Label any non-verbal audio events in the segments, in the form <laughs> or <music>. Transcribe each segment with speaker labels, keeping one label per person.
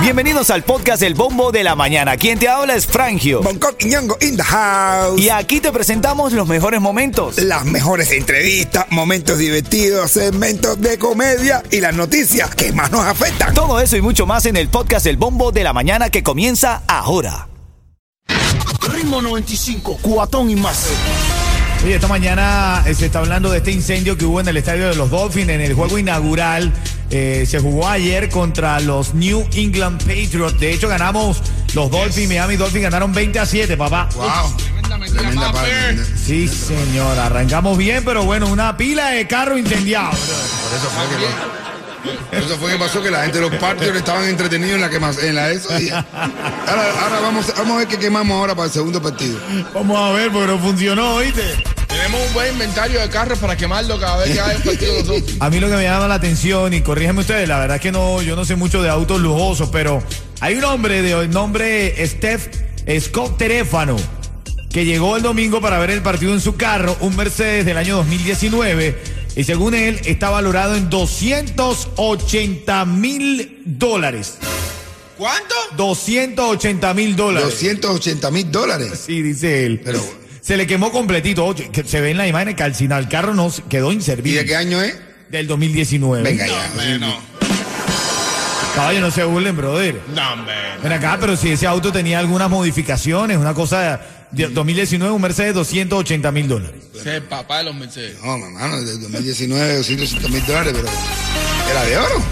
Speaker 1: Bienvenidos al podcast El Bombo de la Mañana. Quien te habla es Frangio.
Speaker 2: Bangkok y Ñongo in the house.
Speaker 1: Y aquí te presentamos los mejores momentos.
Speaker 2: Las mejores entrevistas, momentos divertidos, segmentos de comedia y las noticias que más nos afectan.
Speaker 1: Todo eso y mucho más en el podcast El Bombo de la Mañana que comienza ahora.
Speaker 3: Ritmo 95, cuatón y más.
Speaker 4: Oye, esta mañana eh, se está hablando de este incendio que hubo en el estadio de los Dolphins en el juego inaugural. Eh, se jugó ayer contra los New England Patriots. De hecho, ganamos los Dolphins, Miami Dolphins ganaron 20 a 7, papá.
Speaker 2: Wow. Tremenda parte.
Speaker 4: Sí, señor, arrancamos bien, pero bueno, una pila de carro incendiado. brother.
Speaker 2: Por eso fue que por eso fue que pasó que la gente de los Patriots estaban entretenidos en la que más, en la eso. y- ahora ahora vamos, vamos a ver qué quemamos ahora para el segundo partido.
Speaker 4: Vamos a ver, porque no funcionó, ¿oíste?
Speaker 5: Tenemos un buen inventario de carros para quemarlo cada vez
Speaker 2: <laughs>
Speaker 5: que hay un partido de nosotros.
Speaker 4: A mí lo que me llama la atención, y corríjame ustedes, la verdad es que no, yo no sé mucho de autos lujosos, pero hay un hombre de nombre Steph Scott Terefano, que llegó el domingo para ver el partido en su carro, un Mercedes del año 2019, y según él está valorado en 280 mil dólares.
Speaker 5: ¿Cuánto?
Speaker 4: 280 mil dólares.
Speaker 2: 280 mil dólares.
Speaker 4: <laughs> Sí, dice él.
Speaker 2: Pero-
Speaker 4: se le quemó completito. Oye, que se ve en la imagen que al final el carro nos quedó
Speaker 2: ¿Y de
Speaker 4: inservible.
Speaker 2: qué año es?
Speaker 4: Del 2019.
Speaker 2: Venga ya.
Speaker 5: No,
Speaker 4: Caballo, no se burlen, brother.
Speaker 5: no, hombre.
Speaker 4: Ven acá, pero si ese auto tenía algunas modificaciones, una cosa de 2019, un Mercedes 280 mil dólares.
Speaker 5: Ese es el papá de los Mercedes.
Speaker 2: No, mamá, no, del 2019, 280 mil dólares, pero era de oro.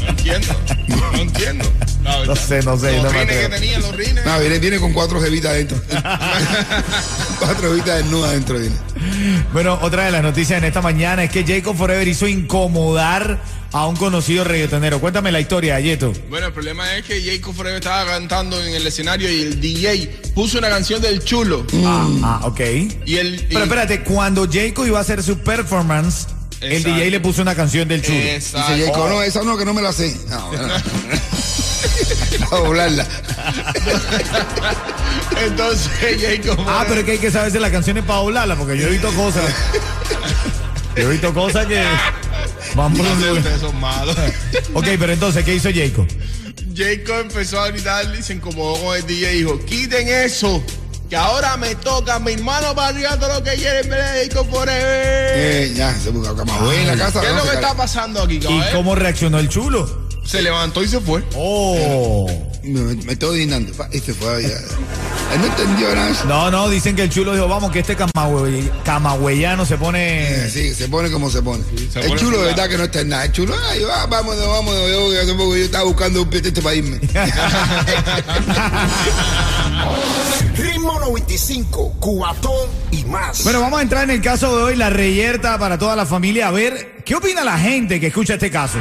Speaker 5: No entiendo. No entiendo. La verdad.
Speaker 4: No sé, no sé, no
Speaker 5: Los
Speaker 4: me
Speaker 5: rines que
Speaker 4: atrevo.
Speaker 5: tenía, los rines.
Speaker 2: No, viene, viene con cuatro jevitas adentro. <laughs> cuatro jevitas desnudas adentro viene.
Speaker 4: Bueno, otra de las noticias en esta mañana es que Jacob Forever hizo incomodar a un conocido reggaetonero. Cuéntame la historia, Yeto.
Speaker 5: <laughs> Bueno, el problema es que Jacob Forever estaba cantando en el escenario y el DJ puso una canción del chulo.
Speaker 4: Ah, ah, ok.
Speaker 5: Y el. y-
Speaker 4: Pero espérate, cuando Jacob iba a hacer su performance, el
Speaker 5: Exacto.
Speaker 4: DJ le puso una canción del chulo.
Speaker 5: Exacto.
Speaker 2: Dice Jacob, no, esa no, que no me la sé. No, <laughs> bueno. A doblarla.
Speaker 5: <laughs> Entonces Jacob.
Speaker 4: Ah, pero es que hay que saberse las canciones para doblarlas, porque yo he visto cosas. Yo he visto cosas que. Van
Speaker 5: <laughs>
Speaker 4: por
Speaker 5: No
Speaker 4: un
Speaker 5: sé,
Speaker 4: lugar.
Speaker 5: ustedes son malos.
Speaker 2: Ah.
Speaker 4: Ok, pero entonces, ¿qué hizo Jacob?
Speaker 5: <laughs> Jacob empezó a gritar y se incomodó con el DJ y dijo, quiten eso, que ahora me toca, mi hermano barriando lo que quiere ver a Jacob Forever.
Speaker 2: Eh, ya, se puso cama en la casa.
Speaker 5: ¿Qué es
Speaker 2: no,
Speaker 5: lo que
Speaker 2: se
Speaker 5: está
Speaker 2: cal-
Speaker 5: pasando aquí,
Speaker 2: ¿Eh?
Speaker 4: ¿Y
Speaker 5: caballero?
Speaker 4: cómo reaccionó el chulo?
Speaker 5: Se levantó y se fue.
Speaker 4: Oh.
Speaker 2: Me, me- me estoy orinando. Pa, Este fue allá. Él no entendió nada. de eso.
Speaker 4: No, no, dicen que el chulo dijo, vamos, que este camagüey- camagüeyano se
Speaker 2: Eh,
Speaker 4: pone. <laughs>
Speaker 2: Sí, se pone como se pone.
Speaker 5: se
Speaker 2: el
Speaker 5: pone
Speaker 2: chulo, de
Speaker 5: fulano.
Speaker 2: verdad, que no está en nada. El chulo, ay, va, vámonos, vámonos. Yo, que hace poco yo estaba buscando un pretexto para irme.
Speaker 3: Ritmo 95, cuatón y más.
Speaker 4: Bueno, vamos a entrar en el caso de hoy, la reyerta para toda la familia. A ver, ¿qué opina la gente que escucha este caso?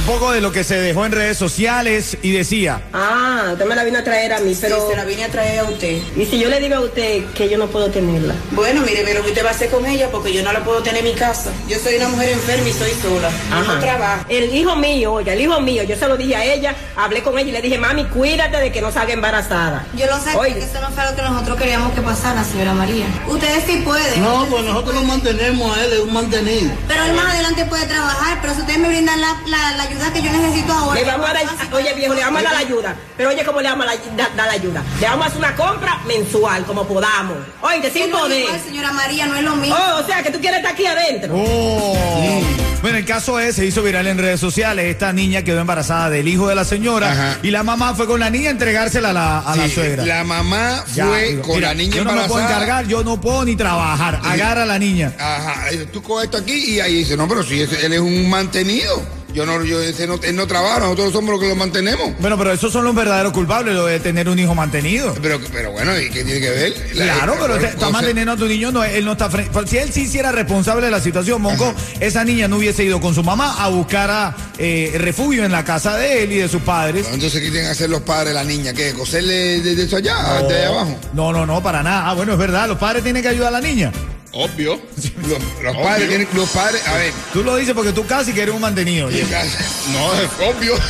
Speaker 4: Un poco de lo que se dejó en redes sociales y decía.
Speaker 6: Ah, usted me la vino a traer a mí,
Speaker 7: Pero
Speaker 6: pero...
Speaker 7: se la vine a traer a usted.
Speaker 6: Y si yo le digo a usted que yo no puedo tenerla.
Speaker 7: Bueno, mire, pero ¿qué usted va a hacer con ella? Porque yo no la puedo tener en mi casa. Yo soy una mujer enferma y soy sola. Yo no trabajo.
Speaker 6: El hijo mío, oye, el hijo mío, yo se lo dije a ella, hablé con ella y le dije, mami, cuídate de que no salga embarazada.
Speaker 8: Yo lo sé,
Speaker 6: Oye,
Speaker 8: porque eso no fue lo que nosotros queríamos que pasara, señora María. Ustedes sí
Speaker 9: <laughs>
Speaker 8: pueden.
Speaker 9: No, pues nosotros lo mantenemos a él, es un mantenido.
Speaker 8: Pero él más adelante puede trabajar, pero si ustedes me brindan la, la- la ayuda que yo necesito ahora.
Speaker 6: le vamos a dar, oye viejo, le vamos a dar la ayuda. Pero oye, ¿cómo le vamos a la- da- dar la ayuda? Le vamos a hacer una compra mensual, como podamos. Oye,
Speaker 8: Que
Speaker 6: sin
Speaker 8: no es
Speaker 6: poder.
Speaker 8: igual, señora María, no es lo mismo.
Speaker 6: Oh, o sea, que tú quieres estar aquí adentro.
Speaker 4: Oh. Bueno, el caso es, se hizo viral en redes sociales. Esta niña quedó embarazada del hijo de la señora
Speaker 2: Ajá.
Speaker 4: y la mamá fue con la niña a entregársela a la, a la
Speaker 2: Sí,
Speaker 4: suegra.
Speaker 2: la mamá
Speaker 4: Ya,
Speaker 2: fue
Speaker 4: digo,
Speaker 2: con
Speaker 4: mira,
Speaker 2: la niña
Speaker 4: yo no me puedo
Speaker 2: embarazada.
Speaker 4: encargar, yo no puedo ni trabajar. Agarra a la niña.
Speaker 2: Ajá, eh, tú coges esto aquí y ahí dice, no, pero si ese- él es un mantenido. Yo no, yo ese no, él no trabaja, nosotros somos los que lo mantenemos.
Speaker 4: Bueno, pero esos son los verdaderos culpables, lo de tener un hijo mantenido.
Speaker 2: Pero, pero bueno, ¿y qué tiene que ver? La-
Speaker 4: Claro,
Speaker 2: la-
Speaker 4: pero
Speaker 2: la-
Speaker 4: te- está
Speaker 2: cosa-
Speaker 4: manteniendo a tu niño, no, él no está frente. Si él sí hiciera responsable de la situación, Monco, esa niña no hubiese ido con su mamá a buscar a, eh, refugio en la casa de él y de sus padres.
Speaker 2: Entonces, ¿qué tienen que hacer los padres de la niña? ¿Qué? ¿Coserle desde eso allá, Ah, de allá abajo?
Speaker 4: No, no, no, para nada. Ah, bueno, es verdad, los padres tienen que ayudar a la niña.
Speaker 5: <laughs> Obvio.
Speaker 2: Los, <laughs> los padres tienen, los padres, a ver,
Speaker 4: Tú lo dices porque tú casi que eres un mantenido.
Speaker 2: en
Speaker 4: oye.
Speaker 2: casa.
Speaker 5: No, es obvio.
Speaker 2: <laughs>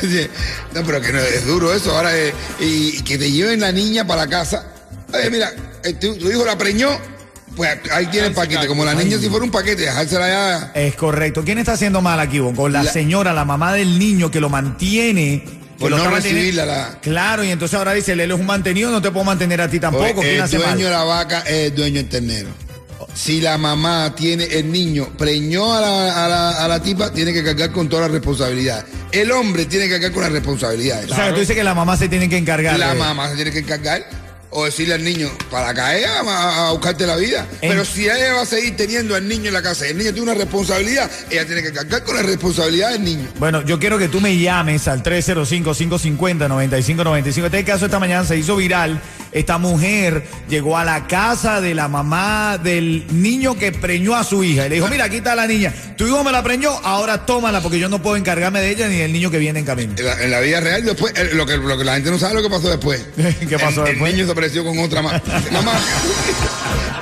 Speaker 2: Sí. no, pero que no, es duro eso. Ahora, eh, y, y que te lleven la niña para la casa. Oye, mira, eh, tu, tu hijo la preñó, Pues ahí tiene el paquete, como la niña si fuera un paquete, dejársela ya.
Speaker 4: Es correcto. ¿Quién está haciendo mal aquí, Bonco? Con la,
Speaker 2: La-
Speaker 4: señora, la mamá del niño que lo mantiene. que
Speaker 2: Por
Speaker 4: lo
Speaker 2: no
Speaker 4: está manteniendo-
Speaker 2: recibirla, la-
Speaker 4: Claro, y entonces ahora dice, él es un mantenido, no te puedo mantener a ti tampoco. ¿Quién
Speaker 2: Pues, el
Speaker 4: hace mal?
Speaker 2: dueño de la vaca es el dueño del ternero. Si la mamá tiene el niño, preñó a la, a la- a la tipa, tiene que cargar con toda la responsabilidad. El hombre tiene que cargar con las responsabilidades.
Speaker 4: O sea, que tú dices que la mamá se tiene que encargar.
Speaker 2: La
Speaker 4: de-
Speaker 2: mamá se tiene que encargar o decirle al niño, para caer a, a buscarte la vida.
Speaker 4: En-
Speaker 2: Pero si ella va a seguir teniendo al niño en la casa, el niño tiene una responsabilidad, ella tiene que cargar con la responsabilidad del niño.
Speaker 4: Bueno, yo quiero que tú me llames al 305-550-9595. Este caso esta mañana se hizo viral. Esta mujer llegó a la casa de la mamá del niño que preñó a su hija. Y le dijo, mira, aquí está la niña. Tu hijo me la preñó, ahora tómala porque yo no puedo encargarme de ella ni del niño que viene en camino.
Speaker 2: En la, en la vida real, después, eh, lo, que, lo que la gente no sabe lo que pasó después.
Speaker 4: <laughs> ¿Qué pasó
Speaker 2: el,
Speaker 4: después?
Speaker 2: El niño se apareció con otra
Speaker 4: <laughs>
Speaker 2: más. Mamá,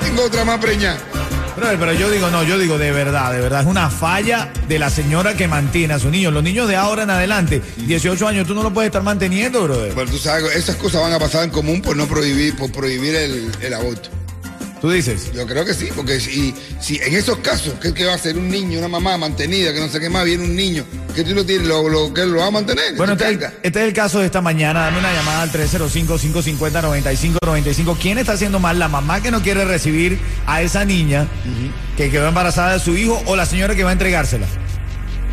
Speaker 2: tengo otra más preñada.
Speaker 4: Brother, pero yo digo, no, yo digo de verdad, de verdad, es una falla de la señora que mantiene a su niño. Los niños de ahora en adelante, 18 años, tú no lo puedes estar manteniendo, brother.
Speaker 2: Bueno, tú sabes, esas cosas van a pasar en común por no prohibir, por prohibir el, el aborto.
Speaker 4: Tú dices.
Speaker 2: Yo creo que sí, porque si, si en esos casos, ¿qué, qué va a ser un niño, una mamá mantenida, que no sé qué más, viene un niño, que tú lo tienes, lo, lo, que lo va a mantener.
Speaker 4: Bueno,
Speaker 2: ¿Tú
Speaker 4: este, es-
Speaker 2: cargas?
Speaker 4: este es el caso de esta mañana. Dame una llamada al 305-550-9595. ¿Quién está haciendo mal? ¿La mamá que no quiere recibir a esa niña que quedó embarazada de su hijo o la señora que va a entregársela?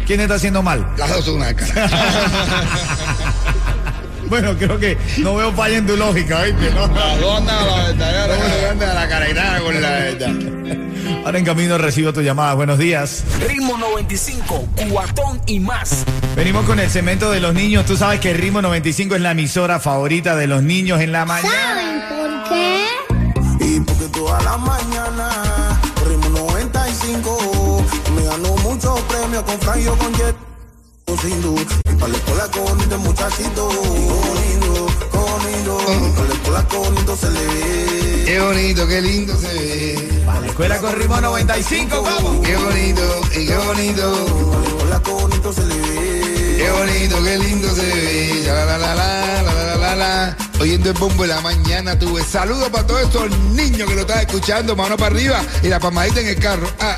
Speaker 4: ¿Quién está haciendo mal?
Speaker 2: Las dos son una cara.
Speaker 4: Bueno, creo que no veo falla en tu lógica, ¿viste? ¿no?
Speaker 5: Las dos andan a la verdadera.
Speaker 2: la cara y nada con la verdad.
Speaker 4: Ahora en camino recibo tu llamada. Buenos días.
Speaker 3: Ritmo 95, cuatón y más.
Speaker 4: Venimos con el cemento de los niños. Tú sabes que Ritmo 95 es la emisora favorita de los niños en la mañana.
Speaker 10: ¿Por qué?
Speaker 3: Y porque toda la mañana, Ritmo 95, me ganó muchos premios con Frank, yo con Jet. con Sindu, y para la escuela con este muchachito, conmigo, conmigo, para la escuela con esto se le ve.
Speaker 2: Qué bonito, qué lindo se ve.
Speaker 4: Para la escuela con Ritmo 95, vamos.
Speaker 2: Qué bonito, y qué bonito.
Speaker 3: Para la escuela con esto se le ve.
Speaker 2: Qué bonito, qué lindo se ve. Ya La, la, la, la, la, la, la, la, la. Oyendo el bombo de la mañana, tuve saludos para todos estos niños que lo están escuchando, mano para arriba y la palmadita en el carro. Ah,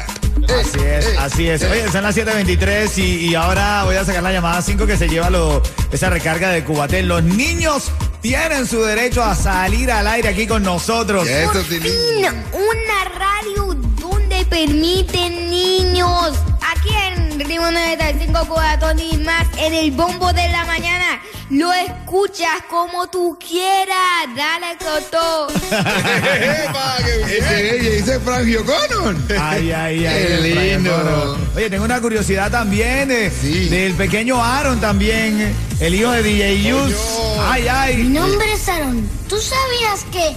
Speaker 2: eh,
Speaker 4: Así es,
Speaker 2: eh,
Speaker 4: así es.
Speaker 2: eh.
Speaker 4: Oye, son las 7.23 y, y ahora voy a sacar la llamada 5 que se lleva lo- esa recarga de Cubatel. Los niños tienen su derecho a salir al aire aquí con nosotros.
Speaker 2: Ya
Speaker 10: Por
Speaker 2: eso sí,
Speaker 10: fin, una radio donde permiten niños. Aquí en Ritmo 95 Cubatón y más, en el bombo de la mañana. Lo escuchas como tú quieras. Dale, Coto.
Speaker 5: <laughs> Epa, qué bien.
Speaker 2: Ese ella dice Frangio Connor. <laughs>
Speaker 4: Ay, ay, ay.
Speaker 2: Qué
Speaker 4: Brian
Speaker 2: lindo.
Speaker 4: Coro. Oye, tengo una curiosidad también eh,
Speaker 2: Sí.
Speaker 4: del pequeño Aaron también, eh, el hijo de DJ Yus. Ay, ay.
Speaker 10: nombre Saron. ¿Tú sabías que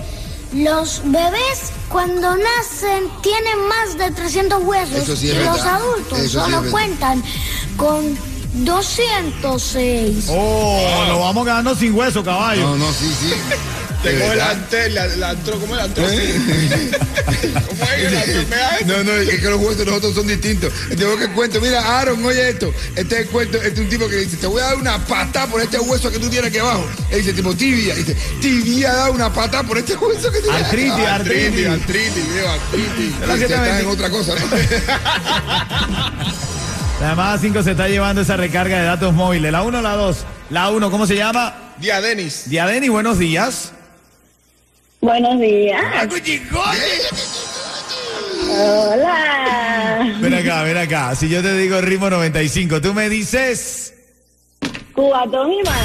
Speaker 10: los bebés cuando nacen tienen más de 300 huesos
Speaker 2: Eso sí es
Speaker 10: y los
Speaker 2: verdad. Eso
Speaker 10: adultos
Speaker 2: sí es
Speaker 10: solo
Speaker 2: verdad.
Speaker 10: cuentan con 206?
Speaker 4: Oh, lo vamos quedando sin hueso, caballo.
Speaker 2: No, no, sí, sí.
Speaker 5: Te
Speaker 2: De
Speaker 5: coge la
Speaker 2: verdad. ¿Eh?
Speaker 5: antena, la, la antro, ¿cómo es la antro? ¿Cómo es
Speaker 2: <laughs>
Speaker 5: la antropea esa?
Speaker 2: No, no, es que los huesos de nosotros son distintos. Tengo que el cuento, mira, Aaron, oye esto. Este es el cuento, este es un tipo que le dice, te voy a dar una patada por este hueso que tú tienes aquí abajo. Él dice, tipo, tibia. Dice, tibia da una patada por este hueso que tienes.
Speaker 4: Artritis,
Speaker 2: Ah,
Speaker 5: Artritis,
Speaker 4: artritis.
Speaker 5: artritis, viejo, artritis.
Speaker 2: Dice, Está en otra cosa, ¿no?
Speaker 4: La llamada 5 se está llevando esa recarga de datos móviles. La 1 o la 2. La 1, ¿cómo se llama?
Speaker 5: <laughs> Día Denis.
Speaker 4: Diadeni, buenos días. Ah,
Speaker 11: Buenos días.
Speaker 2: ¿Eh?
Speaker 11: Hola.
Speaker 4: Ven acá, ven acá. Si yo te digo ritmo 95, tú me dices
Speaker 11: Cubatón y más.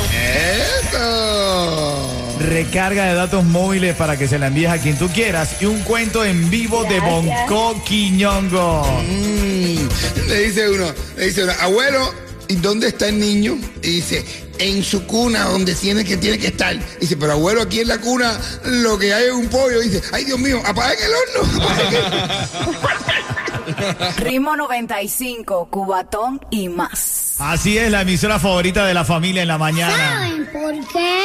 Speaker 2: Eso.
Speaker 4: recarga de datos móviles para que se la envíes a quien tú quieras y un cuento en vivo de
Speaker 11: Gracias.
Speaker 4: Bonco Quiñongo.
Speaker 2: Mm, Le dice uno, le dice uno, abuelo, ¿y dónde está el niño? Y dice, en su cuna, donde tiene que tiene que estar. dice, pero abuelo, aquí en la cuna lo que hay es un pollo. dice, ay Dios mío, apaguen el horno. <laughs> apaguen el horno".
Speaker 7: Ritmo 95, Cubatón y más.
Speaker 4: Así es la emisora favorita de la familia en la mañana.
Speaker 10: ¿Saben por qué?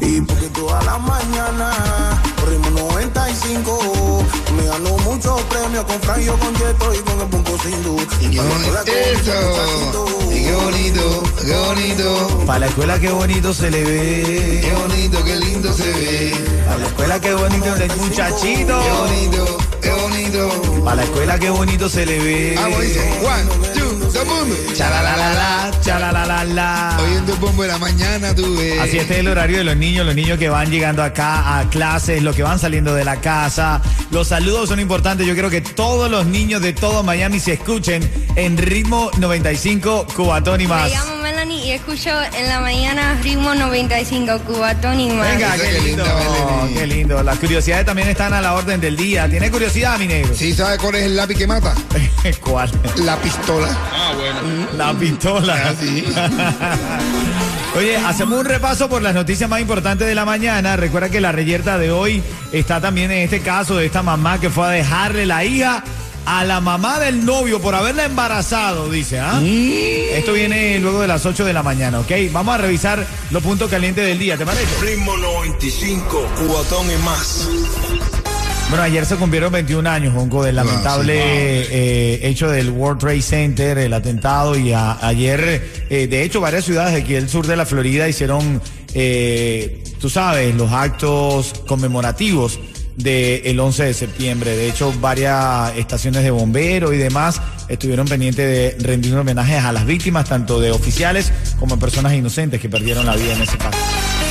Speaker 3: Y porque toda la mañana, Ritmo 95, me ganó muchos premios con Frank, yo con Yeto y con el Pompo Sindu.
Speaker 2: Y qué
Speaker 3: Para la escuela
Speaker 2: bonito.
Speaker 3: con este muchachito.
Speaker 2: Y qué bonito, qué bonito.
Speaker 4: Para la escuela qué bonito se le ve.
Speaker 2: Qué bonito, qué lindo se ve.
Speaker 4: Para la escuela qué bonito el muchachito.
Speaker 2: Qué bonito, qué bonito.
Speaker 4: A la escuela qué bonito se le ve.
Speaker 5: Ah,
Speaker 2: Vamos, dice, one, two, todo el mundo. Chalalalala.
Speaker 4: Chalalalala.
Speaker 2: Oyendo el bombo de la mañana, tú ves.
Speaker 4: Así este es el horario de los niños, los niños que van llegando acá a clases, los que van saliendo de la casa. Los saludos son importantes. Yo creo que todos los niños de todo Miami se escuchen en ritmo 95 cubatón y más.
Speaker 10: Me llamo Melanie y escucho en la mañana Ritmo 95 Cubatón y más.
Speaker 4: Venga,
Speaker 2: Eso,
Speaker 4: qué
Speaker 2: qué
Speaker 4: lindo,
Speaker 2: linda Melanie.
Speaker 4: qué lindo. Las curiosidades también están a la orden del día. ¿Tiene curiosidad, mi negro?
Speaker 2: ¿Sí sabe cuál es el lápiz que mata?
Speaker 4: <laughs> ¿Cuál?
Speaker 2: La pistola.
Speaker 5: Ah, bueno.
Speaker 4: La pistola.
Speaker 2: Así.
Speaker 4: <laughs> Oye, hacemos un repaso por las noticias más importantes de la mañana. Recuerda que la reyerta de hoy está también en este caso de esta mamá que fue a dejarle la hija a la mamá del novio por haberla embarazado, dice, ¿ah? Esto viene luego de las 8 de la mañana, ¿ok? Vamos a revisar los puntos calientes del día, ¿te parece?
Speaker 3: Ritmo 95, cubatón y más.
Speaker 4: Bueno, ayer se cumplieron 21 años, Jonco, del
Speaker 2: Wow,
Speaker 4: lamentable
Speaker 2: sí, wow.
Speaker 4: eh, hecho del World Trade Center, el atentado, y a- ayer, eh, de hecho, varias ciudades aquí del sur de la Florida hicieron, eh, tú sabes, los actos conmemorativos del 11 de septiembre. De hecho, varias estaciones de bomberos y demás estuvieron pendientes de rendir homenajes a las víctimas, tanto de oficiales como de personas inocentes que perdieron la vida en ese caso.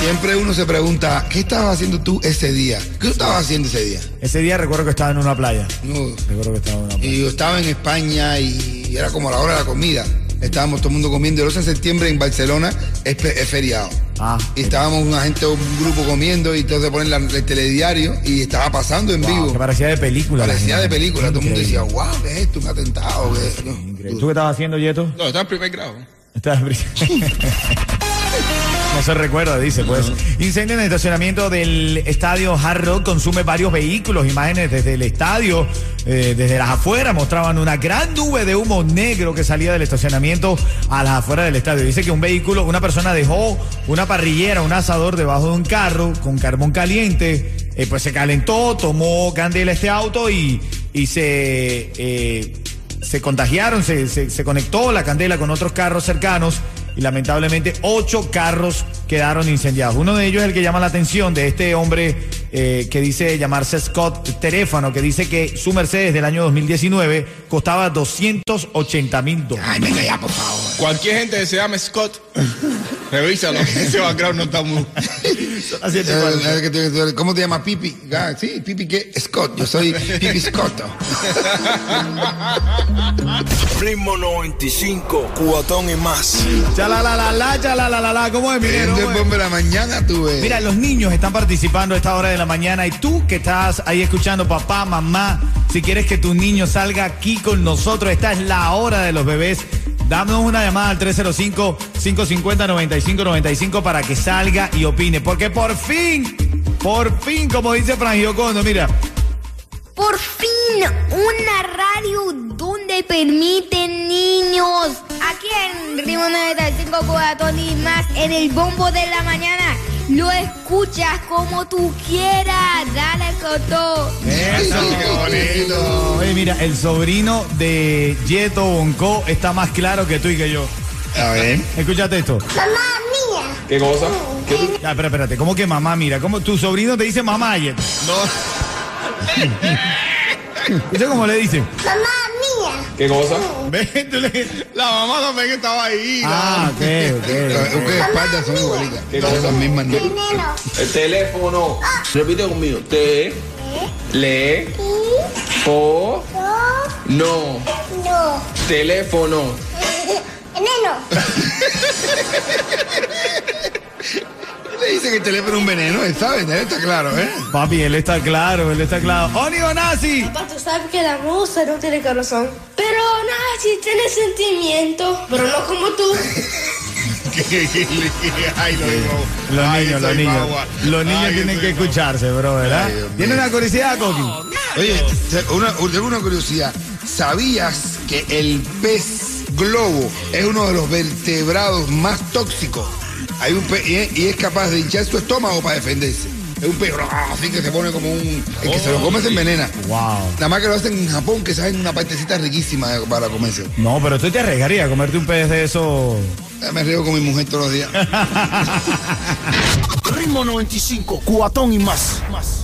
Speaker 2: Siempre uno se pregunta, ¿qué estabas haciendo tú ese día? ¿Qué tú estabas haciendo ese día?
Speaker 4: Ese día recuerdo que estaba en una playa.
Speaker 2: No.
Speaker 4: Recuerdo que estaba en una playa.
Speaker 2: Y yo estaba en España y era como la hora de la comida. Estábamos todo el mundo comiendo. El 11 de septiembre en Barcelona es, fe- es feriado.
Speaker 4: Ah.
Speaker 2: y estábamos una gente, un grupo comiendo y entonces ponen la- el telediario y estaba pasando en
Speaker 4: Wow,
Speaker 2: vivo.
Speaker 4: que parecía de película. la
Speaker 2: Parecía
Speaker 4: gente.
Speaker 2: de película. Todo el mundo
Speaker 4: Increíble,
Speaker 2: decía, wow, ¿qué es esto? Un atentado. ¿qué es esto?".
Speaker 4: increíble. ¿Tú qué estabas haciendo, Yeto?
Speaker 5: No, está en primer grado.
Speaker 4: Estabas brin- <laughs> No se recuerda, dice pues. Incendio en el estacionamiento del estadio Hard Rock consume varios vehículos. Imágenes desde el estadio, eh, desde las afueras, mostraban una gran nube de humo negro que salía del estacionamiento a las afueras del estadio. Dice que un vehículo, una persona dejó una parrillera, un asador debajo de un carro con carbón caliente. Eh, pues se calentó, tomó candela este auto y, y se. eh, se contagiaron, se, se- se conectó la candela con otros carros cercanos y lamentablemente ocho carros quedaron incendiados. Uno de ellos es el que llama la atención de este hombre eh, que dice llamarse Scott Teréfano, que dice que su Mercedes del año 2019 costaba 280 mil dólares.
Speaker 2: Ay, venga ya, por favor.
Speaker 5: Cualquier gente que se llame Scott, <laughs> revísalo. Ese background no
Speaker 2: <laughs>
Speaker 5: está muy.
Speaker 4: Así es,
Speaker 2: Eh,
Speaker 4: igual.
Speaker 2: eh, que te- ¿Cómo te llamas? Pipi. Ah, sí, Pipi qué? Scott. Yo soy
Speaker 3: <laughs>
Speaker 2: Pipi Scott.
Speaker 3: Ritmo 95, cubatón y más.
Speaker 4: Chalalalala, chalalalala, ¿cómo es, mi negro?
Speaker 2: Entonces,
Speaker 4: ¿Cómo es?
Speaker 2: ponme la mañana, tú eh. ves.
Speaker 4: Mira, los niños están participando a esta hora de la mañana y tú que estás ahí escuchando, papá, mamá, si quieres que tu niño salga aquí con nosotros, esta es la hora de los bebés. Danos una llamada al 305-550-9595 para que salga y opine. Porque por fin, por fin, como dice Frangio Condo, mira,
Speaker 10: Por fin, una radio donde permiten niños. Aquí en Ritmo 95 Cubatón y más en el bombo de la mañana. Lo escuchas como tú quieras. Dale, Coto.
Speaker 2: Eso, qué bonito.
Speaker 4: oye, mira, el sobrino de Yeto Bonco está más claro que tú y que yo.
Speaker 2: A ver.
Speaker 4: Escúchate esto.
Speaker 5: ¿Qué cosa?
Speaker 4: Ya, espera, espérate, ¿cómo que mamá? Mira, ¿cómo tu sobrino te dice mamá, Yeto?
Speaker 5: No.
Speaker 4: Eso como le dicen.
Speaker 5: ¿Qué cosa?
Speaker 4: Ve, tú le-
Speaker 5: La mamá también que estaba ahí. la-
Speaker 4: Ah, ok, ok.
Speaker 2: Eh, Ustedes espaldas son igualitas.
Speaker 3: Qué
Speaker 2: Son las
Speaker 3: cosa.
Speaker 2: mismas. ¿no?
Speaker 3: El teléfono. Repite conmigo. Te. Le. Po. No.
Speaker 11: No.
Speaker 3: Teléfono.
Speaker 11: Neno.
Speaker 2: Le dicen que el teléfono es un veneno, él sabe, él está claro, ¿eh?
Speaker 4: Papi, él está claro, él está claro. ¡Onigo Nazi!
Speaker 11: Tú sabes que la rosa no tiene corazón. Pero nada, sí tiene sentimiento. Pero no como tú.
Speaker 5: Ay, lo digo.
Speaker 4: Los
Speaker 5: Ay,
Speaker 4: niños, los
Speaker 5: soy
Speaker 4: niños.
Speaker 5: guagua.
Speaker 4: Los niños
Speaker 5: Ay,
Speaker 4: tienen
Speaker 5: soy
Speaker 4: que
Speaker 5: guagua.
Speaker 4: escucharse, bro, ¿verdad?
Speaker 2: Ay, Dios mío.
Speaker 4: ¿Tiene una curiosidad, Coqui?
Speaker 2: Oye, te- una, tengo una curiosidad. ¿Sabías que el pez globo es uno de los vertebrados más tóxicos? Hay un pez, y, es, y es capaz de hinchar su estómago para defenderse. Es un pez ¡ah! así que se pone como un. El que se lo come se envenena.
Speaker 4: Oh, Wow.
Speaker 2: Nada más que lo hacen en Japón, que saben una partecita riquísima de- para comerse.
Speaker 4: No, pero tú te arriesgarías a comerte un pez de eso.
Speaker 2: Ya Me río con mi mujer todos los días.
Speaker 3: Ritmo 95, cubatón y más. más.